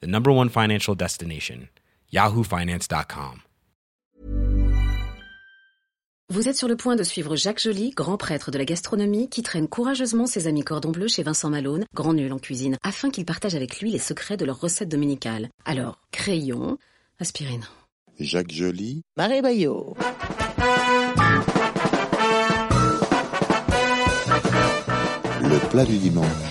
the number one financial destination, yahoofinance.com. Vous êtes sur le point de suivre Jacques Joly, grand prêtre de la gastronomie, qui traîne courageusement ses amis cordon bleu chez Vincent Malone, grand nul en cuisine, afin qu'il partage avec lui les secrets de leur recette dominicale. Alors, crayon, aspirine. Jacques Joly, Marie Bayot. le plat du dimanche.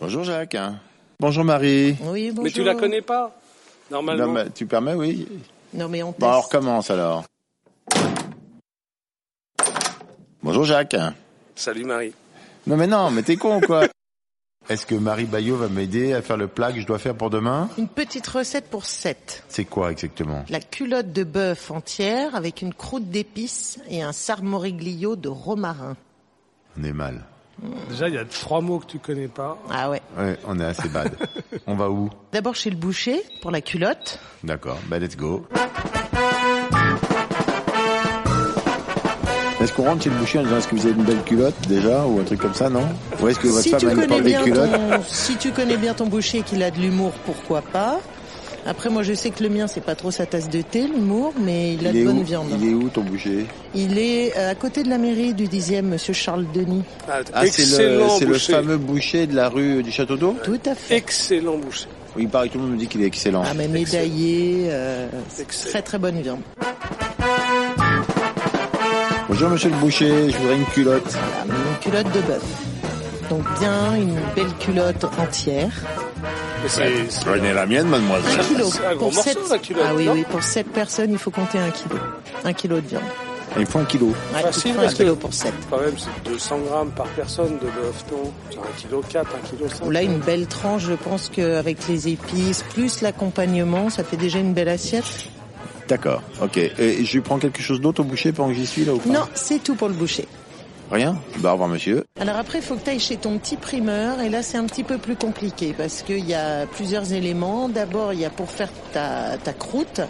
Bonjour Jacques. Bonjour Marie. Oui, bonjour. Mais tu la connais pas Normalement. Non, mais tu permets, oui Non, mais on Bon, on teste. recommence Bah, alors. Bonjour Jacques. Salut Marie. Non mais non, mais t'es con ou quoi Est-ce que Marie Bayot va m'aider à faire le plat que je dois faire pour demain Une petite recette pour 7. C'est quoi exactement La culotte de bœuf entière avec une croûte d'épices et un sarmoriglio de romarin. On est mal. Déjà, il y a trois mots que tu connais pas. Ah ouais. Ouais, on est assez bad. on va où D'abord chez le boucher pour la culotte. D'accord, bah let's go. Est-ce qu'on rentre chez le boucher en disant est-ce que vous avez une belle culotte déjà ou un truc comme ça non Ou est-ce que votre Si tu, femme a une connais porte des bien culottes ton, si tu connais bien ton boucher et qu'il a de l'humour, pourquoi pas Après, moi, je sais que le mien, c'est pas trop sa tasse de thé, l'humour, mais il a de est bonne où viande. Il est où ton boucher Il est euh, à côté de la mairie du 10e, Monsieur Charles Denis. Ah, Ah c'est le, excellent c'est le boucher. fameux boucher de la rue euh, du Château d'eau Tout à fait. Excellent boucher. Oui, il paraît que tout le monde me dit qu'il est excellent. Ah, mais médaillé, euh, Excellent. très très bonne viande. Bonjour monsieur le boucher, je voudrais une culotte. Voilà, Une culotte de bœuf. Donc bien une belle culotte entière. Mais c'est- c'est- Prenez la mienne Un mademoiselle. kilo. Ah, c'est un gros Pour morceau, sept- la culotte, Ah oui, non oui, pour 7 personnes, il faut compter un kilo. Un kilo de viande. Il faut un kilo. Ouais, Facile, il faut un parce que- kilo pour 7. quand même, c'est 200 grammes par personne de bœuf, non C'est un kilo 4, un kilo 5. Là, une belle tranche, je pense qu'avec les épices, plus l'accompagnement, ça fait déjà une belle assiette. D'accord, ok. Et je prends quelque chose d'autre au boucher pendant que j'y suis là ou pas Non, c'est tout pour le boucher. Rien Bah au revoir monsieur. Alors après, il faut que tu ailles chez ton petit primeur. Et là, c'est un petit peu plus compliqué parce qu'il y a plusieurs éléments. D'abord, il y a pour faire ta, ta croûte,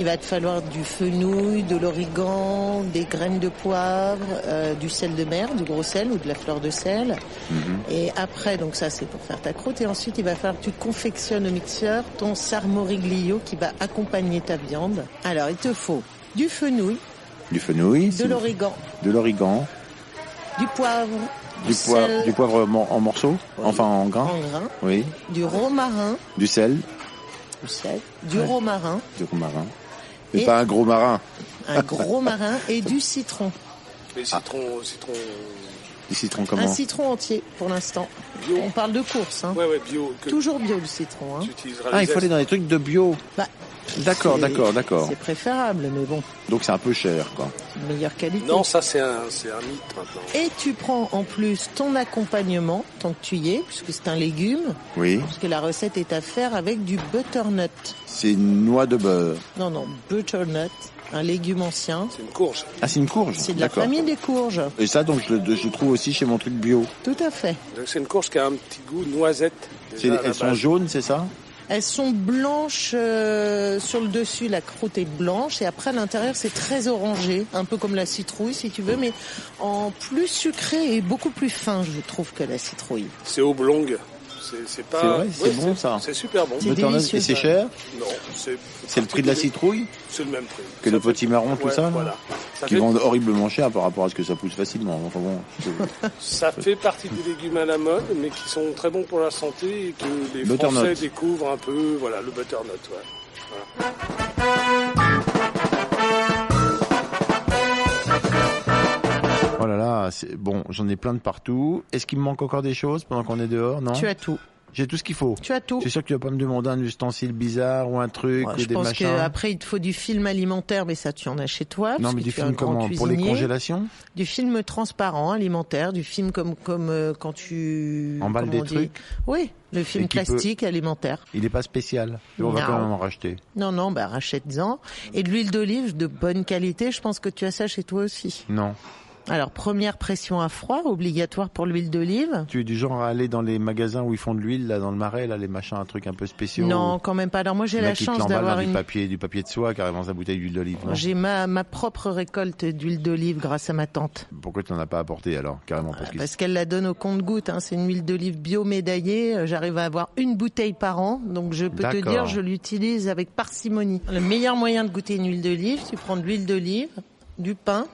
il va te falloir du fenouil, de l'origan, des graines de poivre, euh, du sel de mer, du gros sel ou de la fleur de sel. Mhm. Et après, donc ça, c'est pour faire ta croûte. Et ensuite, il va falloir que tu confectionnes au mixeur ton sarmoriglio qui va accompagner ta viande. Alors, il te faut du fenouil, Du fenouil, de c'est- l'origan, de l'origan, du poivre, du poivre, sel du poivre mor- en morceaux, enfin en grains, en grains. oui, du romarin, du sel, du sel, du Ouais. romarin, du gros marin. Mais Et- pas un gros marin, un gros marin et du citron. Les Ah. citrons, euh, citrons... du citron Un comment citron entier pour l'instant. Bio. On parle de course, hein. Ouais, ouais, bio. Que Toujours bio le citron. Hein. tu utiliseras Ah, les il faut aller zestes. dans des trucs de bio. Bah, D'accord, c'est- d'accord, d'accord. C'est préférable, mais bon, Donc c'est un peu cher, quoi. meilleure qualité. Non, ça, c'est un, c'est un mythe, maintenant. Et tu prends en plus ton accompagnement, tant que tu y es, puisque c'est un légume, Oui, puisque la recette est à faire avec du butternut. c'est une noix de beurre. Non, non, butternut, un légume ancien. C'est une courge. Ah, c'est une courge. C'est de la D'accord. famille des courges, Et ça, donc je le je le trouve aussi chez mon truc bio. tout à fait. Donc, c'est une courge qui a un petit goût noisette. C'est- Bah, déjà, à la Elles sont base. jaunes, c'est ça Elles sont blanches euh, sur le dessus, la croûte est blanche et après à l'intérieur c'est très orangé, un peu comme la citrouille si tu veux, mais en plus sucré et beaucoup plus fin je trouve que la citrouille. C'est oblongue. C'est c'est pas... C'est vrai, c'est Ouais, bon, ça. C'est super bon. C'est Butternut, délicieux, Et c'est ça. cher Non, c'est... C'est le prix de la citrouille C'est le même prix. Que Ça le fait- potimarron, tout Ouais, ça là Voilà. Ça Qui fait- vendent horriblement cher par rapport à ce que ça pousse facilement. Enfin bon, je- Ça fait partie des légumes à la mode, mais qui sont très bons pour la santé et que les Butternut. Français découvrent un peu. Voilà, le butternut. Ouais. oh là là, c'est- bon, j'en ai plein de partout. Est-ce qu'il me manque encore des choses pendant qu'on est dehors Non Tu as tout. J'ai tout ce qu'il faut. Tu as tout. Je suis sûr que tu vas pas me demander un ustensile bizarre ou un truc Ouais, ou je des pense machins. qu'après, il te faut du film alimentaire, mais ça, tu en as chez toi. Non, parce mais que du tu es un film grand comment Pour les cuisinier. congélations Du film transparent, alimentaire, du film comme, comme euh, quand tu... Emballe comment des on dit trucs Oui, le film qui peut- plastique, alimentaire. Il est pas spécial. Et on va Non. quand même en racheter. Non, non, bah rachète-en. Et de l'huile d'olive de bonne qualité, je pense que tu as ça chez toi aussi. Non. Alors, première pression à froid, obligatoire pour l'huile d'olive. Tu es du genre à aller dans les magasins où ils font de l'huile, là, dans le marais, là, les machins, un truc un peu spéciaux. Non, quand même pas. Alors moi, j'ai Il y en a la qui te chance l'emballent dans d'avoir du une... papier, du papier de soie, carrément sa bouteille d'huile d'olive. non J'ai ma, ma propre récolte d'huile d'olive grâce à ma tante. Pourquoi tu n'en as pas apporté alors Carrément parce que Parce qu'elle la donne au compte-goutte. Hein. C'est une huile d'olive bio médaillée. Euh, J'arrive à avoir une bouteille par an. Donc je peux te D'accord. dire, je l'utilise avec parcimonie. Le meilleur moyen de goûter une huile d'olive, tu prends de l'huile d'olive, du pain,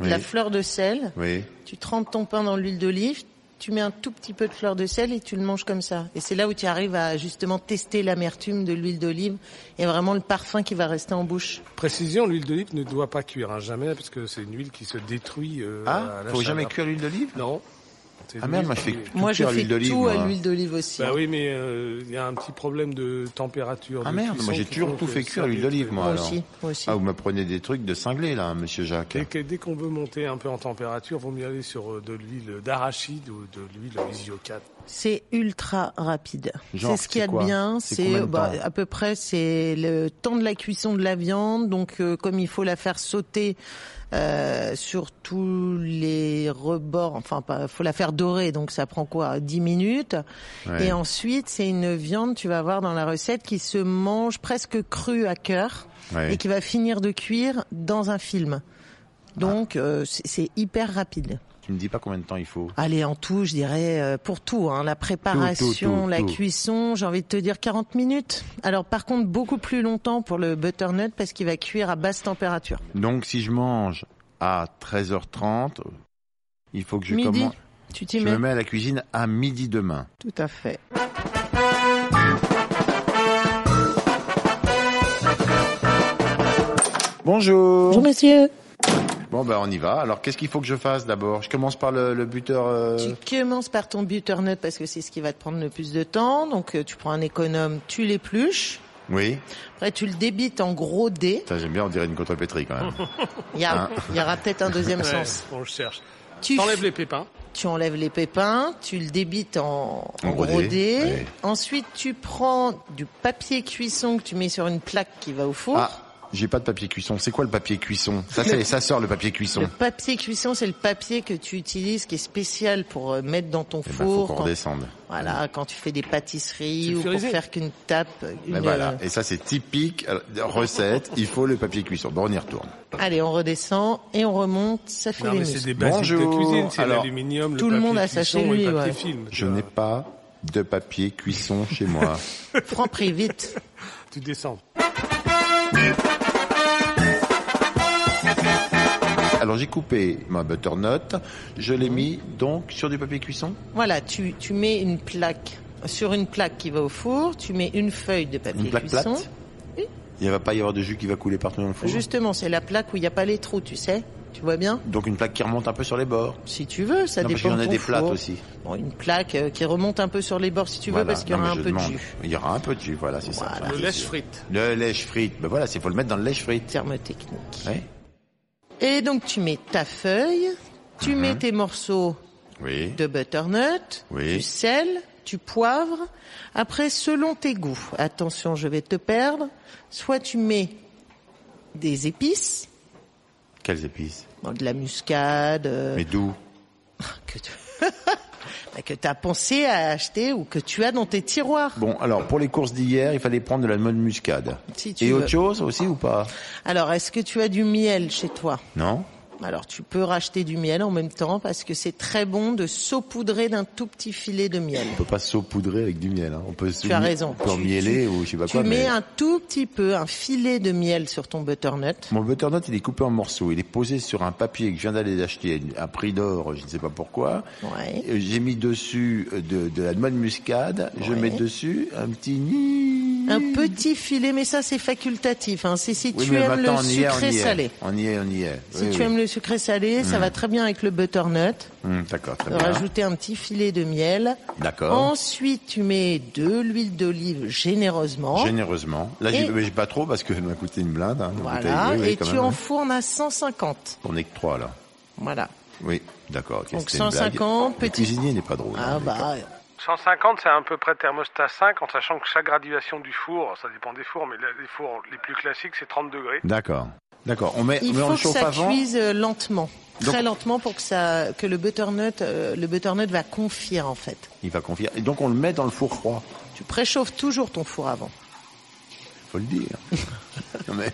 de la Oui. fleur de sel. Oui. Tu trempes ton pain dans l'huile d'olive. Tu mets un tout petit peu de fleur de sel et tu le manges comme ça. Et c'est là où tu arrives à justement tester l'amertume de l'huile d'olive et vraiment le parfum qui va rester en bouche. Précision, l'huile d'olive ne doit pas cuire, hein, jamais, parce que c'est une huile qui se détruit. euh, Ah, à la faut jamais chaleur. cuire l'huile d'olive Non. C'est Ah une merde, huile moi, je fais qui- tout Moi, je cuire à fais l'huile d'olive. tout à moi. l'huile d'olive aussi. Bah oui, mais euh, il y a un petit problème de température. Ah de merde, cuisson moi j'ai qui toujours font tout que fait ça cuire à l'huile détruit. d'olive, moi Moi alors. aussi, moi aussi. Ah, vous m'apprenez des trucs de cinglés là, monsieur Jacques. Dès que- dès qu'on veut monter un peu en température, vaut mieux aller sur euh, de l'huile d'arachide ou de l'huile isiocate. C'est ultra rapide. Genre, C'est ce qu'il y a c'est de quoi bien. C'est combien C'est de bah, temps à peu près c'est le temps de la cuisson de la viande. Donc euh, comme il faut la faire sauter euh, sur tous les rebords, enfin pas, faut la faire dorer. Donc ça prend quoi 10 minutes. Ouais. Et ensuite c'est une viande tu vas voir dans la recette qui se mange presque crue à cœur Ouais. et qui va finir de cuire dans un film. Donc euh, c'est c'est hyper rapide. Tu me dis pas combien de temps il faut Allez, en tout, je dirais euh, pour tout, hein, la préparation, Tout, tout, tout, la tout. cuisson, j'ai envie de te dire 40 minutes. Alors par contre, beaucoup plus longtemps pour le butternut parce qu'il va cuire à basse température. Donc si je mange à 13h30, il faut que je Midi, commence. tu Je t'y mets me mets à la cuisine à midi demain. Tout à fait. Bonjour. Bonjour monsieur. Bon ben on y va. Alors qu'est-ce qu'il faut que je fasse d'abord Je commence par le, le buteur. euh, Tu commences par ton butternut parce que c'est ce qui va te prendre le plus de temps. Donc euh, tu prends un économe, tu l'épluches. Oui. Après, tu le débites en gros dés. Ça j'aime bien. On dirait une contrepétrie quand même. Il y, Ah. a- il y aura peut-être un deuxième Ouais, sens. on le cherche. Tu T'enlèves les pépins. tu enlèves les pépins, tu le débites en, En en gros gros dés, dés. ouais. Ensuite, tu prends du papier cuisson que tu mets sur une plaque qui va au four. ah, j'ai pas de papier cuisson. C'est quoi le papier cuisson Ça c'est ça sort le papier cuisson. Le papier cuisson, c'est le papier que tu utilises qui est spécial pour euh, mettre dans ton Eh ben, faut four. qu'on quand, redescende. voilà, quand tu fais des pâtisseries ou pour Sulfurisé. faire qu'une tape. Une, Mais Ben voilà. euh, Et ça c'est typique euh, recette. Il faut le papier cuisson. Bon on y retourne. Allez, on redescend et on remonte. Ça fait Non, les mais muscles. c'est des basiques Bonjour. de cuisine, c'est Alors, l'aluminium, le tout le papier monde a ça cuisson chez et lui, le papier ouais. film. tu Je vois. n'ai pas de papier cuisson chez moi. Franprix, vite. Tu descends. Alors j'ai coupé ma butternut, je l'ai mis donc sur du papier cuisson. Voilà, tu, tu mets une plaque. Sur une plaque qui va au four, tu mets une feuille de papier Une plaque cuisson. plate. Il va pas y avoir de jus qui va couler partout dans le four. Justement, c'est la plaque où il n'y a pas les trous, tu sais. Tu vois bien Donc une plaque qui remonte un peu sur les bords. Si tu veux, ça non, parce qu'il dépend y en de a ton des four. plates aussi. Bon, une plaque euh, qui remonte un peu sur les bords si tu veux, Voilà. parce qu'il y Non, aura un mais je peu demande. de jus. Il y aura un peu de jus, voilà, c'est ça. Voilà. ça, Le c'est lèche sûr. frite. Le lèche frite. Ben voilà, c'est faut le mettre dans le lèche frite. Terme technique. Ouais. Et donc, tu mets ta feuille, tu mets Mhm. tes morceaux Oui. de butternut, Oui. du sel, du poivre. Après, selon tes goûts, attention, je vais te perdre, soit tu mets des épices, Quelles épices bon, de la muscade, euh, Mais d'où que tu as pensé à acheter ou que tu as dans tes tiroirs. Bon, alors pour les courses d'hier, il fallait prendre de la mode muscade. Si tu Et veux. autre chose aussi ou pas Alors, est-ce que tu as du miel chez toi Non. Alors, tu peux racheter du miel en même temps parce que c'est très bon de saupoudrer d'un tout petit filet de miel. On peut pas saupoudrer avec du miel. hein. On peut Tu as raison. On peut Tu- mieler tu- ou je sais pas tu quoi. mets mais- un tout petit peu, un filet de miel sur ton butternut. Mon butternut, il est coupé en morceaux. Il est posé sur un papier que je viens d'aller acheter à une- à prix d'or, je ne sais pas pourquoi. Ouais. Euh, J'ai mis dessus euh, de, de la noix de muscade. Je Ouais. mets dessus un petit nid Un petit filet, mais ça c'est facultatif. Hein. C'est si Oui, tu mais aimes maintenant, le on y est, on sucré y salé. est. On y est, on y est. Si Oui, oui. tu Mmh. aimes le sucré salé, ça va très bien avec le butternut. Hum, D'accord, très bien. Rajouter un petit filet de miel. D'accord. Ensuite, tu mets de l'huile d'olive généreusement. Généreusement. Là, Et- j'ai mais j'ai pas trop parce qu'elle m'a coûté une blinde. hein, la Voilà, bouteille. Oui, oui, et quand tu même, hein. enfournes à 150. On est que trois, là. Voilà. Oui, d'accord. ok, Donc c'était une blague. 150, Le petit- cuisinier n'est pas drôle. Ah hein, d'accord. bah, 150, c'est à peu près thermostat 5, en sachant que chaque graduation du four, ça dépend des fours, mais les fours les plus classiques, c'est 30 degrés. D'accord. D'accord. On met, il mais on faut le que chauffe ça avant. cuise euh, lentement, Donc- très lentement pour que ça, que le butternut, euh, le butternut va confire en fait. Il va confier. Et donc on le met dans le four froid. Tu préchauffes toujours ton four avant. Faut le dire. non mais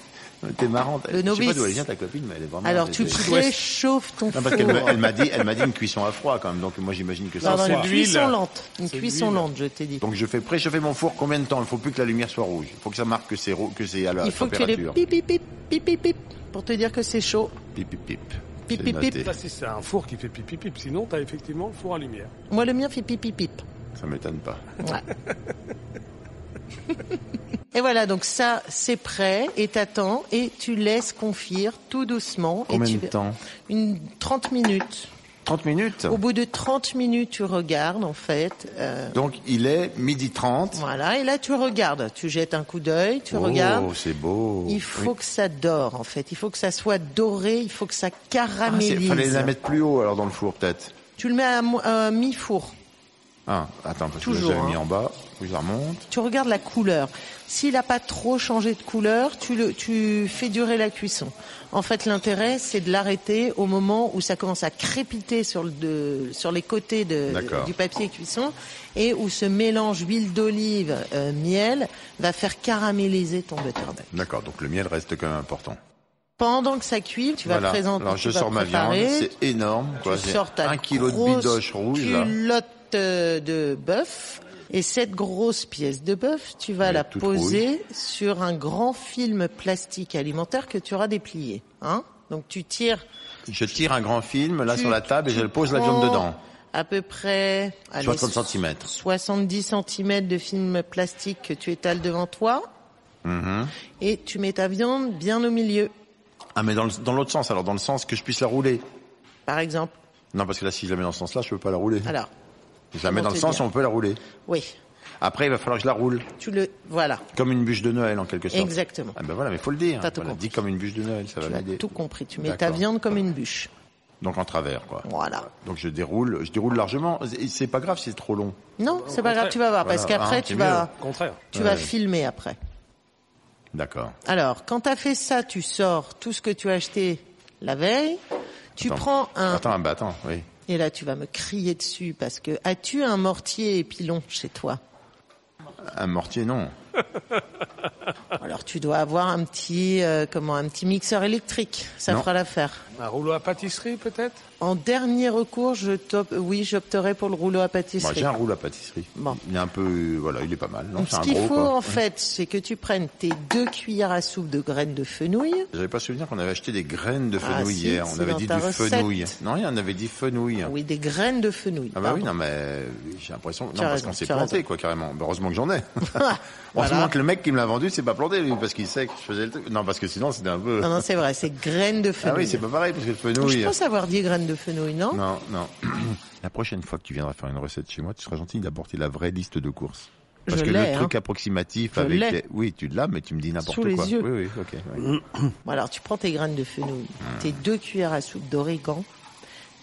non, mais t'es marrante. Le Je sais novice. pas d'où elle vient ta copine, Ah, mais elle est vraiment. Alors tu elle est- préchauffes ton Non four. parce qu'elle me- elle m'a dit, elle m'a dit une cuisson à froid quand même. Donc moi j'imagine que ça. Non, non, c'est une de l'huile. cuisson lente, une C'est de cuisson l'huile. lente, je t'ai dit. Donc je fais préchauffer mon four combien de temps Il faut plus que la lumière soit rouge. Il faut que ça marque que c'est ro- que c'est à la il faut que tu aies le température. pip pip pip pip pip pip pour te dire que c'est chaud. Pip pip pip. Pip, C'est pip, pip. noté. Ça, si c'est un four qui fait pipi pip, sinon t'as effectivement le four à lumière. Moi le mien fait pip pip pip. Ça m'étonne pas. Ouais. et voilà, donc ça, c'est prêt, et t'attends, et tu laisses confire tout doucement. et Combien tu... de temps Une 30 minutes. 30 minutes. Au bout de 30 minutes, tu regardes, en fait. euh, Donc il est midi 30. voilà, et là, tu regardes. Tu jettes un coup d'œil, tu oh, regardes. c'est beau. Il faut Oui. que ça dore, en fait. Il faut que ça soit doré, il faut que ça Ah, c'est- caramélise. fallait la mettre plus haut alors dans le four peut-être. Tu le mets à mo- à mi-four. Ah, attends, parce Toujours, que là, j'avais mis hein. en bas, puis je la remonte. Tu regardes la couleur. S'il a pas trop changé de couleur, tu le, tu fais durer la cuisson. En fait, l'intérêt, c'est de l'arrêter au moment où ça commence à crépiter sur le, de, sur les côtés de, D'accord. du papier cuisson et où ce mélange huile d'olive, euh, miel va faire caraméliser ton butternut. D'accord, donc le miel reste quand même important. Pendant que ça cuit, tu vas Voilà. présenter, Alors tu je vas sors ma viande, préparer, c'est énorme. tu Quoi. J'ai sors ta un kilo de grosse bidoche rouge là. culotte euh, de bœuf. Et cette grosse pièce de bœuf, tu vas Elle est la toute poser sur un grand film plastique alimentaire que tu auras déplié. Hein Donc tu tires. Je tire un grand film là tu- sur la table et tu je le pose la viande prends dedans. À peu près. allez, 60 centimètres. 70 cm de film plastique que tu étales devant toi. Mm-hmm. Et tu mets ta viande bien au milieu, Ah mais dans le- dans l'autre sens, alors dans le sens que je puisse la rouler. par exemple. Non parce que là si je la mets dans ce sens-là, je peux pas la rouler. Alors, je la mets dans comment le te sens où dire on peut la rouler. oui, Après il va falloir que je la roule tu le. Voilà, comme une bûche de Noël en quelque sorte. exactement. Ah ben voilà, mais faut le dire. T'as tout Voilà, compris. dit comme une bûche de Noël, ça va Tu as m'aider. tout compris. Tu mets ta D'accord. viande comme une bûche. Donc en travers quoi. Voilà. Donc je déroule, je déroule largement. C'est- C'est pas grave si c'est trop long. Non, c'est pas grave, tu vas voir, parce Voilà, qu'après hein, tu c'est vas, mieux. Au contraire. tu vas filmer après. D'accord. Alors, quand t'as fait ça, tu sors tout ce que tu as acheté la veille. Tu Attends. prends un Attends, bah attends, oui. et là tu vas me crier dessus parce que as-tu un mortier et pilon chez toi Un mortier, non. Alors tu dois avoir un petit euh, comment un petit mixeur électrique, ça Non. fera l'affaire. Un rouleau à pâtisserie, peut-être En dernier recours, je top oui, j'opterai pour le rouleau à Moi, pâtisserie. Bah, j'ai un rouleau à pâtisserie. Bon. Il est un peu, voilà, il est pas mal. Non, c'est Ce un qu'il gros. faut quoi. en fait, c'est que tu prennes tes deux cuillères à soupe de graines de fenouil. J'avais pas souvenir qu'on avait acheté des graines de fenouil Ah, si, hier. c'est On avait dans dit ta du recette. fenouil. Non, on avait dit fenouil. Oui, des graines de fenouil. Ah bah oui, pardon. non mais j'ai l'impression non Tu as parce raison, qu'on s'est tu as planté raison. quoi carrément. Bah, heureusement que j'en ai. Voilà. Heureusement que le mec qui me l'a vendu s'est pas planté lui parce qu'il sait que je faisais le truc. Non parce que sinon c'était un peu. Ah Non, non, c'est vrai, c'est graines de ah fenouil. oui c'est pas pareil parce que le Je fenouil. pense avoir dit graines de fenouil, non, Non non. La prochaine fois que tu viendras faire une recette chez moi, tu seras gentil d'apporter la vraie liste de courses. Parce Je que l'ai, le truc hein. approximatif Je avec l'ai. les... oui tu l'as mais tu me dis n'importe Sous quoi. les yeux. Oui oui ok. oui. Bon, alors, tu prends tes graines de fenouil, Hmm. tes deux cuillères à soupe d'origan,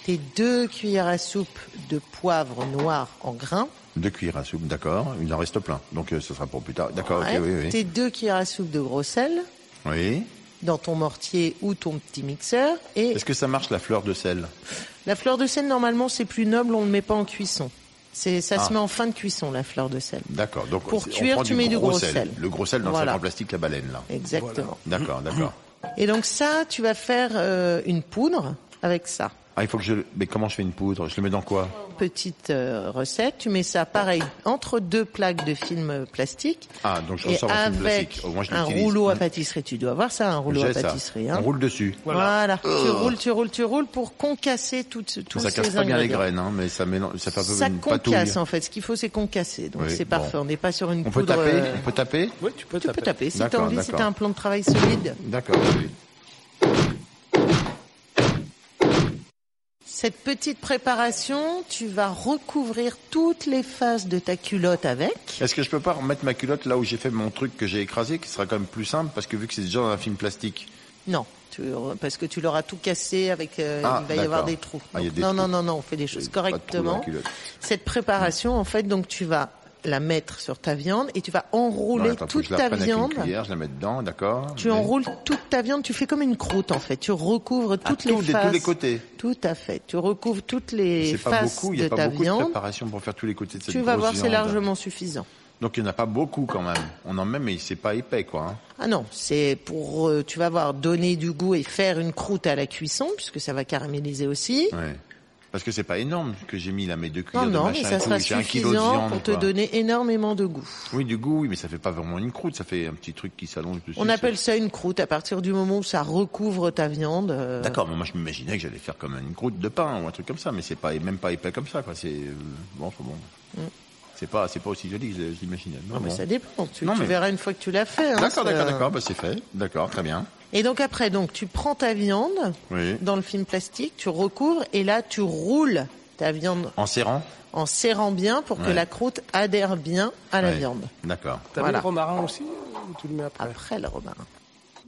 tes deux cuillères à soupe de poivre noir en grains, Deux cuillères à soupe d'accord. Il en reste plein donc euh, ce sera pour plus tard. D'accord ouais, ok oui oui. tes deux cuillères à soupe de gros sel Oui. dans ton mortier ou ton petit mixeur, et Est-ce que ça marche la fleur de sel la fleur de sel, normalement, c'est plus noble, on ne le met pas en cuisson. C'est, ça Ah. se met en fin de cuisson, la fleur de sel. D'accord. Donc Pour on cuire, prend tu mets du gros sel. Le gros sel dans Voilà. le sac en plastique la baleine là. Exactement. D'accord, d'accord. Et donc ça, tu vas faire euh, une poudre avec ça. Ah, il faut que je. Mais comment je fais une poudre Je le mets dans quoi petite euh, recette. Tu mets ça pareil entre deux plaques de film plastique Ah, donc je et ressors un film avec plastique. Au moins, Oh, je un l'utilise. Hein. rouleau à pâtisserie. Tu dois avoir ça, un rouleau à J'ai ça. pâtisserie. hein. On roule dessus. Voilà. Tu roules, tu roules, tu roules pour concasser toutes tous Oh. ça ces casse pas bien les ingrédients. graines, hein, mais ça, mélange, ça fait un peu Ça une concasse patouille. en fait. Ce qu'il faut, c'est concasser. Donc Oui, c'est bon. parfait. On n'est pas sur une On peut poudre. taper euh, On peut taper Oui, tu peux Tu peux taper. taper si t'as D'accord, envie, si d'accord. t'as un plan de travail solide. D'accord. Cette petite préparation, tu vas recouvrir toutes les faces de ta culotte avec. Est-ce que je peux pas remettre ma culotte là où j'ai fait mon truc que j'ai écrasé, qui sera quand même plus simple, parce que vu que c'est déjà dans un film plastique. Non, tu- parce que tu l'auras tout cassé avec. euh, Ah, il va y avoir d'accord. des trous. Ah, il y a Donc, des non, trous. non, non, non, on fait les choses Pas de trou dans la correctement. culotte. Cette préparation, en fait, donc tu vas la mettre sur ta viande et tu vas enrouler Non, attends, faut que toute je la ta reprenne avec une viande. cuillère, je la mets dedans, d'accord. Tu Mais- enroules toute ta viande, tu fais comme une croûte en fait. Tu recouvres Ah, toutes tout, les de faces. tous les côtés. Tout à fait. Tu recouvres toutes les C'est pas faces beaucoup, il n'y de a pas ta beaucoup de viande. préparation hein. pour faire tous les côtés de cette Tu vas grosse voir, c'est viande. largement suffisant. Donc il n'y en a pas beaucoup quand même. On en met, mais c'est pas épais quoi. hein. Ah non, c'est pour, euh, tu vas voir, donner du goût et faire une croûte à la cuisson, puisque ça va caraméliser aussi. Ouais. Parce que c'est pas énorme que j'ai mis là mes deux cuillères Non, de non, machin mais et ça tout. sera J'ai un kilo de suffisant viande. pour te quoi. donner énormément de goût. Oui, du goût, oui, mais ça fait pas vraiment une croûte, ça fait un petit truc qui s'allonge dessus. On c'est- appelle ça une croûte à partir du moment où ça recouvre ta viande. euh, D'accord, mais moi je m'imaginais que j'allais faire comme une croûte de pain ou un truc comme ça, mais c'est pas même pas épais comme ça quoi. C'est euh, bon, c'est bon. C'est pas c'est pas aussi joli que je je l'imaginais. Non, Ah, Mm. mais bon. ça dépend. Tu, Non, tu mais- verras une fois que tu l'as fait. hein, ça- D'accord, d'accord, d'accord, bah, c'est fait. D'accord, très bien. Et donc après, donc tu prends ta viande Oui. dans le film plastique, tu recouvres et là tu roules ta viande En serrant. en serrant bien pour que Ouais. la croûte adhère bien à la Ouais. viande. D'accord. T'as mis Voilà. le romarin aussi ou tu le mets après Après le romarin.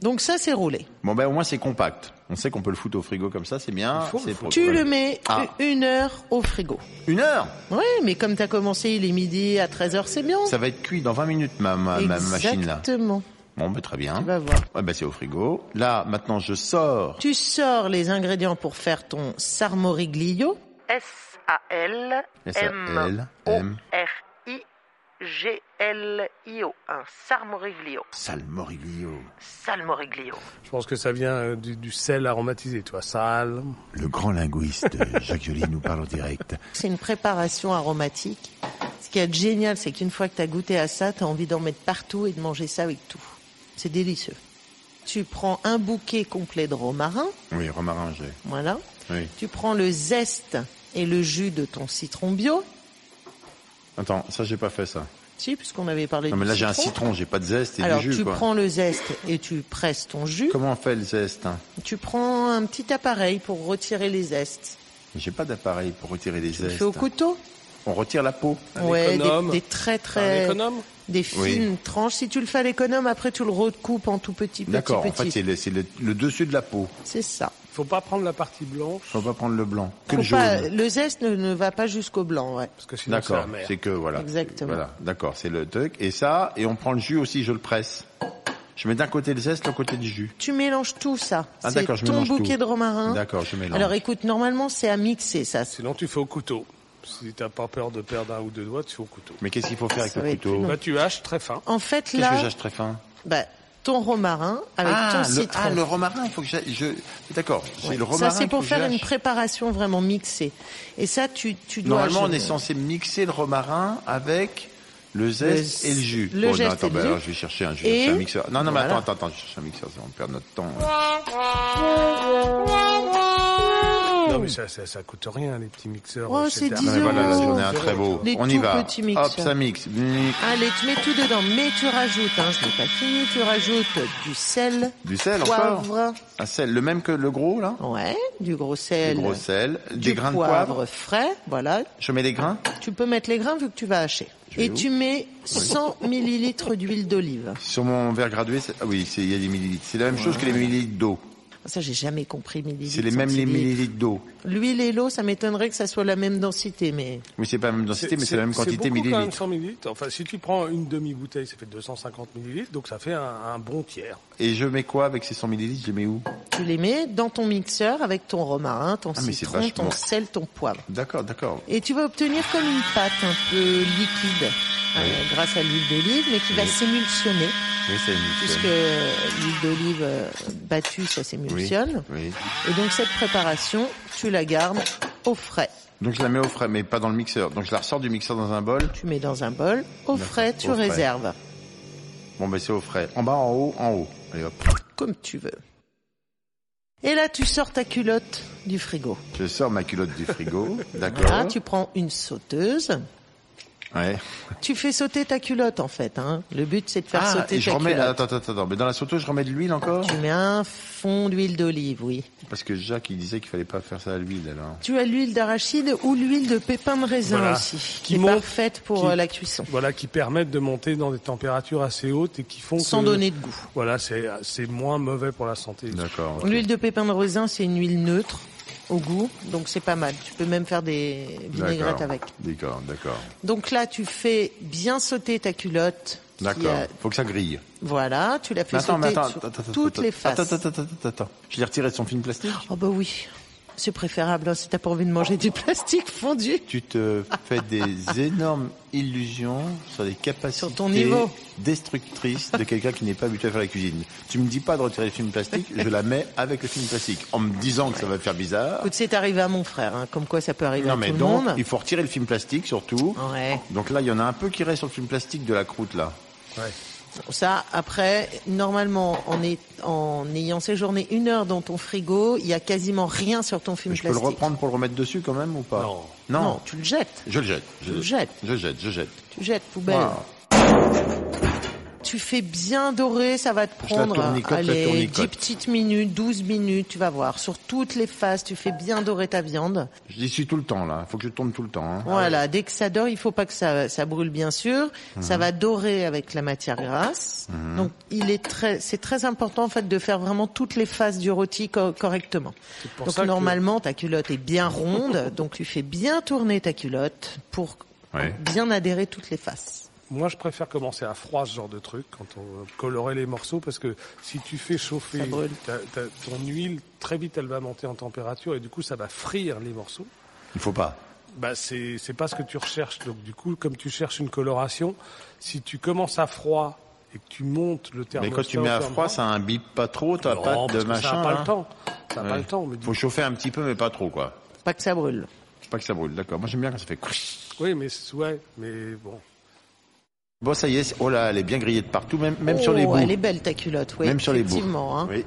Donc ça c'est roulé. Bon ben au moins c'est compact. On sait qu'on peut le foutre au frigo comme ça, c'est bien. Il faut le c'est foutre. propre. Tu le mets Ah. u- une heure au frigo. Une heure. Oui, mais comme t'as commencé, il est midi à 13h, c'est bien. Ça va être cuit dans 20 minutes ma, ma, ma machine là. Exactement. Bon ben très bien. Tu vas voir. Ouais, ben c'est au frigo. Là maintenant je sors. Tu sors les ingrédients pour faire ton sarmoriglio. Là, ça, L M G-L-I-O, un sarmoriglio. Salmoriglio. Salmoriglio. Je pense que ça vient euh, du, du sel aromatisé, tu vois, sale. Le grand linguiste Jacques Joly nous parle en direct. C'est une préparation aromatique. Ce qui est génial, c'est qu'une fois que t'as goûté à ça, t'as envie d'en mettre partout et de manger ça avec tout. C'est délicieux. Tu prends un bouquet complet de romarin, Oui, romarin j'ai. voilà. Oui. Tu prends le zeste et le jus de ton citron bio. Attends, ça j'ai pas fait ça. Si, puisqu'on avait parlé Non du mais là j'ai un citron, j'ai pas de zeste et Alors du jus tu quoi. prends le zeste et tu presses ton jus. Comment on fait le zeste hein Tu prends un petit appareil pour retirer les zestes. J'ai pas d'appareil pour retirer les Tu le zestes. fais au couteau. On retire la peau. Un ouais, des, économe. des très Un très économe des fines tranches. Si tu le fais à l'économe, après tu le recoupes en tout petit petit D'accord, en fait c'est petit. le, c'est le- le dessus de la peau. C'est ça. Faut pas prendre la partie blanche, Faut pas prendre le blanc. Que Faut le jaune. pas- le zeste ne, ne va pas jusqu'au blanc, ouais. parce que sinon c'est D'accord, amer. c'est que voilà. Exactement. Voilà, d'accord, c'est le truc. Et ça, et on prend le jus aussi, je le presse. Je mets d'un côté le zeste, l'autre côté du jus. Tu mélanges tout ça. Ah, c'est d'accord, je ton mélange tout. bouquet de romarin. D'accord, je mélange. Alors écoute, normalement c'est à mixer ça. Sinon tu fais au couteau. Si t'as pas peur de perdre un ou deux doigts, tu fais au couteau. Mais qu'est-ce qu'il faut faire avec Ça le va être plus couteau long. Là tu haches très fin. En fait Qu'est-ce que là, j'achète très fin bah, ton romarin avec ah, ton le, citron. ah, le romarin, il faut que j'a- je... D'accord, c'est Ouais. le romarin ça c'est pour qu'il faut que faire une j'achète. préparation vraiment mixée. Et ça tu tu dois Normalement, on je- est censé mixer le romarin avec le zeste Le- et le jus. le non, zeste attends, et le bah jus. alors, je vais chercher un, je vais Et- chercher un mixeur. Non, non, mais Voilà. attends, attends, attends, je cherche un mixeur, on perd notre temps. Non mais ça, ça, ça coûte rien les petits mixeurs. euh, Oh, etc. c'est Non, mais Voilà, voilà, là, Oh. j'en ai ai un très beau. Les on y tout va. petits mixeurs. Hop, ça mixe. Allez, tu mets tout dedans, mais tu rajoutes, hein, je n'ai pas fini, tu rajoutes du sel, Du sel encore poivre, Un sel, le même que le gros là ouais, du gros Des sel, gros sel, du des grains de poivre poivre. frais, voilà. Je mets des grains Tu peux mettre les grains vu que tu vas hacher. Je vais Et où tu mets 100 millilitres d'huile d'olive. sur mon verre gradué. c'est- Ah oui, c'est- il y a des millilitres. C'est la même chose que les millilitres d'eau. Ça, j'ai jamais compris millilitres. C'est les mêmes les centilitres. millilitres d'eau. L'huile et l'eau, ça m'étonnerait que ça soit la même densité, mais Oui, c'est pas la même densité, mais c'est la même quantité beaucoup Quand même, millilitres. 100 millilitres. Enfin, si tu prends une demi-bouteille, ça fait 250 millilitres, donc ça fait un, un bon tiers. Et je mets quoi avec ces 100 millilitres Je les mets où tu les mets dans ton mixeur avec ton romarin, ton Ah, mais c'est citron, ton vachement- sel, ton poivre. D'accord, d'accord. Et tu vas obtenir comme une pâte un peu liquide euh, grâce à l'huile d'olive, mais qui va Ah Oui. s'émulsionner, Oui, c'est puisque une l'huile d'olive euh, battue, ça Oui. s'émulsionne. Oui. Et donc cette préparation, tu la gardes au frais. Donc je la mets au frais, mais pas dans le mixeur. Donc je la ressors du mixeur dans un bol. Tu mets dans un bol, au D'accord, frais, tu au frais. réserves, Bon, ben c'est au frais. En bas, en haut, en haut. Allez hop. comme tu veux. Et là, tu sors ta culotte du frigo. Je sors ma culotte du frigo. D'accord. Là, Ah, tu prends une sauteuse. Ouais. Tu fais sauter ta culotte, en fait. Hein. Le but, c'est de faire Ah, sauter et je ta remets. culotte. Ah, Attends, attends, attends. Mais dans la sauteuse, je remets de l'huile encore Tu mets un fond d'huile d'olive, oui. Parce que Jacques, il disait qu'il fallait pas faire ça à l'huile alors. Tu as l'huile d'arachide ou l'huile de pépin de raisin Voilà. aussi, Qui qui est monte, parfaite pour qui- euh, la cuisson, Voilà, qui permettent de monter dans des températures assez hautes et qui font sans que- donner de goût. Voilà, c'est c'est moins mauvais pour la santé. D'accord. ok. L'huile de pépin de raisin, c'est une huile neutre au goût, donc c'est pas mal. Tu peux même faire des vinaigrettes D'accord. avec. D'accord, d'accord. Donc là, tu fais bien sauter ta culotte. qui D'accord. a- Faut que ça grille. Voilà, tu la fais Mais attends, mais sauter attends, sur attends, attends, toutes attends, les faces. Attends, attends, attends, attends, attends. Je l'ai retiré de son film plastique. Oh bah oui, c'est préférable hein, si t'as pas envie de manger du plastique fondu. Tu te fais des énormes illusions sur les capacités Sur ton niveau. destructrices de quelqu'un qui n'est pas habitué à faire la cuisine. Tu me dis pas de retirer le film plastique, je la mets avec le film plastique, en me disant que ça va faire bizarre. Écoute, c'est arrivé à mon frère, hein, comme quoi ça peut arriver Non à mais tout donc, le monde. Oh. il faut retirer le film plastique surtout. Ouais. Donc là, il y en a un peu qui reste sur le film plastique de la croûte là. Ça, après, normalement, en, est, en ayant séjourné une heure dans ton frigo, il y a quasiment rien sur ton film Mais je peux le plastique. reprendre pour le remettre dessus quand même ou pas Non. Non. Non, tu le jettes. Je le jette. Tu le jettes. Je jette, je jette. Tu jettes, poubelle. Wow. Tu fais bien dorer, ça va te Je la prendre tournicote, la allez, tournicote. 10 petites minutes, 12 minutes, tu vas voir. Sur toutes les faces, tu fais bien dorer ta viande. J'y suis tout le temps là, faut que je tourne tout le temps. hein. Voilà, dès que ça dort, il faut pas que ça, ça brûle bien sûr. Mhm. Ça va dorer avec la matière grasse. Donc il est très, c'est très important en fait de faire vraiment toutes les phases du rôti co- correctement. pour Donc ça que- normalement ta culotte est bien ronde, donc tu fais bien tourner ta culotte pour Ouais. bien adhérer toutes les faces. Moi, je préfère commencer à froid ce genre de truc quand on veut colorer les morceaux parce que si tu fais chauffer Ça brûle. ta- ta- ton huile, très vite elle va monter en température et du coup ça va frire les morceaux. Il faut pas. Bah c'est c'est pas ce que tu recherches. Donc du coup, comme tu cherches une coloration, si tu commences à froid et que tu montes le Mais thermostat, quand tu mets à au fur et froid, mesure- ça imbibe pas trop, t'as Non, pas parce de que machin. Ça n'a pas hein. le temps. Ça n'a Ouais. pas le temps. Mais du Faut chauffer un petit peu, mais pas trop, quoi. Pas que ça brûle. Faut Pas que ça brûle, d'accord. Moi, j'aime bien quand ça fait. couish. Oui, mais c'est- ouais, mais bon. Bon, ça y est. c'est- Oh là, elle est bien grillée de partout, même, même sur les Oh, bouts. Elle est belle ta culotte, oui. même sur les bouts. Effectivement. hein. Oui,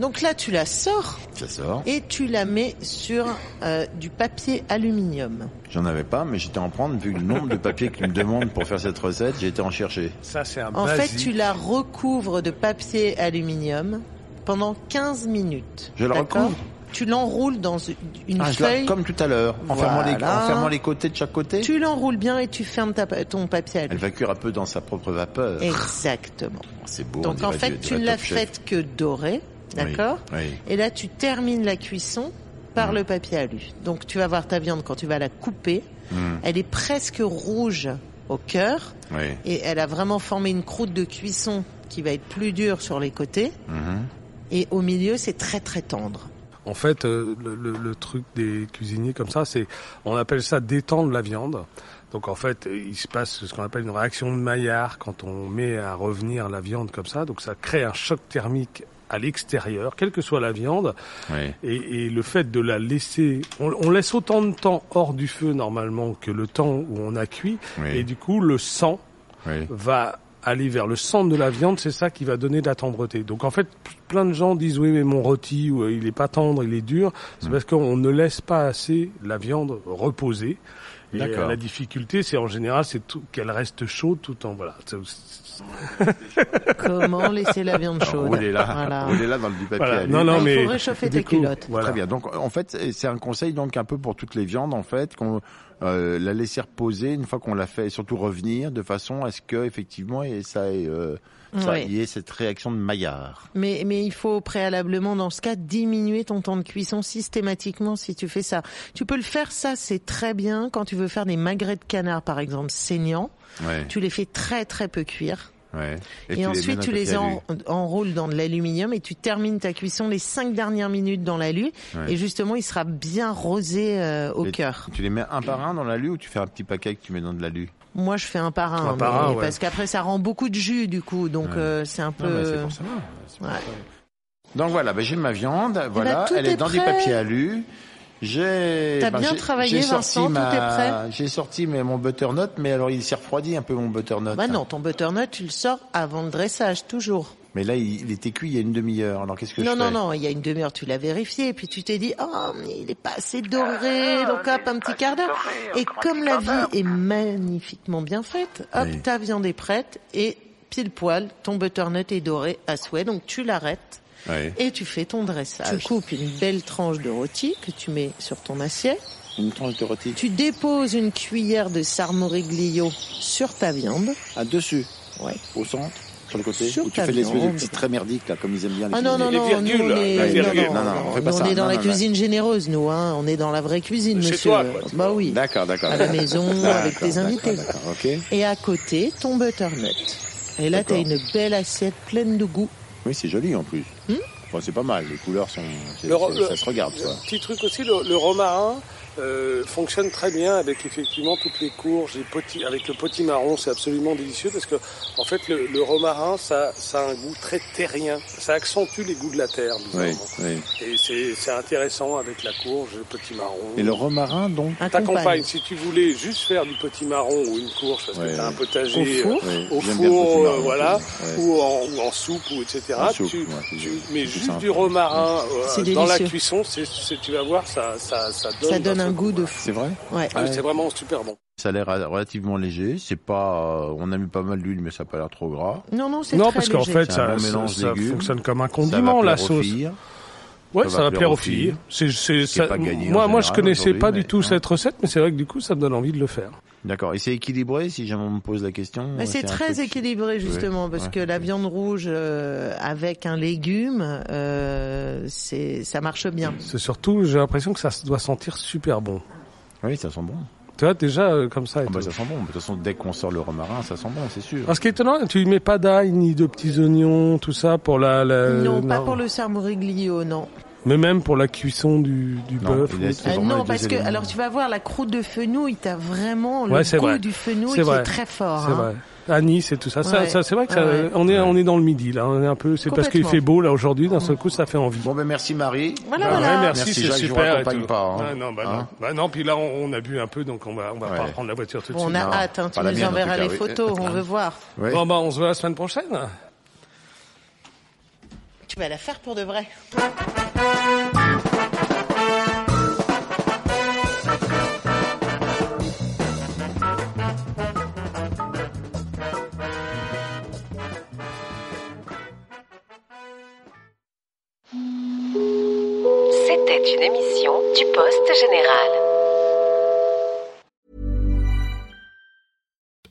Donc là tu la sors ça sort. et tu la mets sur euh, du papier aluminium. J'en avais pas, mais j'étais en prendre vu le nombre de papiers qu'ils me demandent pour faire cette recette. J'étais en chercher. Ça c'est un En fait, basique. tu la recouvres de papier aluminium pendant 15 minutes. Je la D'accord recouvre Tu l'enroules dans une Ah, je la- feuille. comme tout à l'heure, en, Voilà. fermant les, en fermant les côtés de chaque côté. Tu l'enroules bien et tu fermes ta, ton papier Elle va aluminium. cuire un peu dans sa propre vapeur. Exactement. Oh, C'est beau. on Donc en dirait fait, du- tu du ne la Top Chef. faites que dorée. D'accord Oui. Et là, tu termines la cuisson Mm. par le papier alu. Donc tu vas voir ta viande quand tu vas la couper. Mm. Elle est presque rouge au cœur. Oui. oui. et elle a vraiment formé une croûte de cuisson qui va être plus dure sur les côtés. Mhm. Et au milieu, c'est très très tendre. En fait, euh, le, le- le truc des cuisiniers comme ça, c'est on appelle ça détendre la viande. Donc en fait, euh, il se passe ce qu'on appelle une réaction de Maillard quand on met à revenir la viande comme ça. Donc ça crée un choc thermique à l'extérieur, quelle que soit la viande, Oui. et, et le fait de la laisser, on, on laisse autant de temps hors du feu normalement que le temps où on a cuit, Oui. et du coup le sang Oui. va aller vers le centre de la viande, c'est ça qui va donner de la tendreté. Donc en fait, plein de gens disent oui mais mon rôti ou, euh, il est pas tendre, il est dur, c'est Mm. parce qu'on ne laisse pas assez la viande reposer. Et D'accord. euh, la difficulté, c'est en général, c'est tout- qu'elle reste chaude tout en voilà. C'est- c'est- Comment laisser la viande chaude Roulez-la, Voilà. roulez-la dans le du papier. Voilà. allez. Non Ah, non il mais faut réchauffer du tes coup, culottes. voilà. Très bien. Donc en fait, c'est un conseil donc un peu pour toutes les viandes en fait, qu'on euh, la laisser reposer une fois qu'on l'a fait, et surtout revenir de façon à ce que effectivement et ça ait, euh, ça Oui. y ait cette réaction de maillard. Mais, mais il faut préalablement, dans ce cas, diminuer ton temps de cuisson systématiquement si tu fais ça. Tu peux le faire, ça, c'est très bien quand tu veux faire des magrets de canard, par exemple, saignants. Ouais, Tu les fais très très peu cuire. ouais. Et, ensuite, tu les en- enroules dans de l'aluminium et tu termines ta cuisson les cinq dernières minutes dans l'alu. Ouais. Et justement, il sera bien rosé euh, au Et- cœur. Tu les mets un par un dans l'alu ou tu fais un petit paquet que tu mets dans de l'alu Moi, je fais un par un, Un par mais- un, ouais. parce qu'après, ça rend beaucoup de jus, du coup. Donc, Ouais. euh, c'est un peu. Non, mais c'est pour ça. C'est pour ouais. Eh ça. Donc voilà, ben, j'ai ma viande, voilà, tout elle est, est dans du prêt. papier alu. J'ai ben, T'as bien j'ai- travaillé, j'ai sorti Vincent, tout ma- est prêt J'ai sorti mais mon butternut, mais alors il s'est refroidi un peu mon butternut. Bah non, ton butternut, tu le sors avant le dressage, toujours. Mais là, il, il était cuit il y a une demi-heure. Alors qu'est-ce que non, je non, fais non, il y a une demi-heure, tu l'as vérifié, et puis tu t'es dit, oh, mais il est pas assez doré, donc hop, un petit quart d'heure. Et comme la vie est magnifiquement bien faite, hop, Oui. ta viande est prête, et pile poil, ton butternut est doré à souhait, donc tu l'arrêtes, Ouais. et tu fais ton dressage. Tu- Tu coupes une belle tranche de rôti que tu mets sur ton assiette, Une tranche de rôti. tu déposes une cuillère de sarmoriglio sur ta viande, À dessus. Ouais. Au centre, sur le côté. Sur où tu ta fais les espèces de viande. petits traits merdiques là, comme ils aiment bien. Les Ah non, non, cuisiniers. non, Les nous, on virgules, est, la non, virgule. non, Non, non, on fait nous, pas on ça. est dans Non, la non, cuisine généreuse, nous, hein. On est dans la vraie cuisine, Chez monsieur. toi, quoi, tu bah oui. D'accord, d'accord. À la maison, avec tes d'accord, invités. d'accord, ok. Et à côté, ton butternut. Et là, t'as D'accord. une belle assiette pleine de goût. Oui, c'est joli en plus. Hmm Bon, c'est pas mal. Les couleurs sont. c'est- Le ro- c'est- le- Ça se regarde, quoi. Petit truc aussi, le, le romarin euh, fonctionne très bien avec effectivement toutes les courges, les poti- avec le potimarron, c'est absolument délicieux parce que en fait le, le romarin ça, ça a un goût très terrien, ça accentue les goûts de la terre Oui, bizarrement. oui. et c'est c'est intéressant avec la courge, le potimarron. Et le romarin, donc. T'accompagnes, Accompagne. si tu voulais juste faire du potimarron ou une courge parce Ouais, que t'as un ouais. Au potager four. oui, au j'aime bien le four, petit marron, euh, voilà. oui, ah, oui. ou en, ou en soupe ou etc. En soupe, tu, ouais, c'est- tu c'est mets plus juste simple. du romarin euh, C'est dans la délicieux. cuisson, c'est c'est- tu vas voir, ça, ça, ça donne, Ça donne un truc, goût de ouais. fou. C'est vrai. Ouais. Ah oui, c'est vraiment super bon. Ça a l'air relativement léger. C'est pas. euh, on a mis pas mal d'huile, mais ça a pas l'air trop gras. Non, non, c'est Non, très parce qu'en léger. fait, C'est un ça, bon mélange ça- ça légumes. fonctionne comme un Ça va condiment, la plaire aux sauce. filles. Ouais, Ça ça, va va plaire plaire aux aux filles. filles. C'est, c'est, Ce qui est ça- pas gagné en moi, moi, je général connaissais pas aujourd'hui, du tout mais- hein. cette recette, mais c'est vrai que du coup, ça me donne envie de le faire. D'accord. Et c'est équilibré, si jamais on me pose la question. euh, Mais Bah, c'est un très truc- équilibré justement parce ouais, que la ouais. viande rouge euh, avec un légume, euh, c'est ça marche bien. C'est surtout, j'ai l'impression que ça se doit sentir super bon. Oui, ça sent bon. Tu vois, déjà, euh, comme ça. et Ah bah, tout. ça sent bon. De toute façon, dès qu'on sort le romarin, ça sent bon, c'est sûr. Alors, ce qui est étonnant, tu y mets pas d'ail, ni de petits oignons, tout ça, pour la, la- euh, non, pas pour le sarmoriglio, non. Mais même pour la cuisson du, du Non, bœuf. il laisse- ou- C'est Euh, vraiment les non, deux parce que éléments. alors tu vas voir la croûte de fenouil, t'as vraiment le Ouais, c'est goût vrai. du fenouil C'est qui vrai. est très fort. C'est hein. vrai. À Nice et tout ça. ça, Ouais. ça c'est vrai que ça- Ouais, ouais. on est on est dans le midi là. On est un peu. C'est parce qu'il Complètement. fait beau là aujourd'hui. D'un seul coup, ça fait envie. Bon, ben merci Marie. Voilà, Bah Ah, voilà. ouais, merci, Merci, c'est Jacques, je vous super. et raccompagne tout. pas, hein. Ouais, non, bah Hein non. Bah non, puis là, on, on a bu un peu, donc on va, on va Ouais. pas prendre la voiture tout de Bon, on suite. a Non, hâte, hein, tu pas la nous mienne, en enverras tout cas, les oui. photos, on veut voir. Ouais. Bon, bah, on se voit la semaine prochaine. Tu vas la faire pour de vrai. C'était une émission du Poste Général.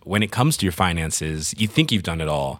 when it comes to your finances, you think you've done it all.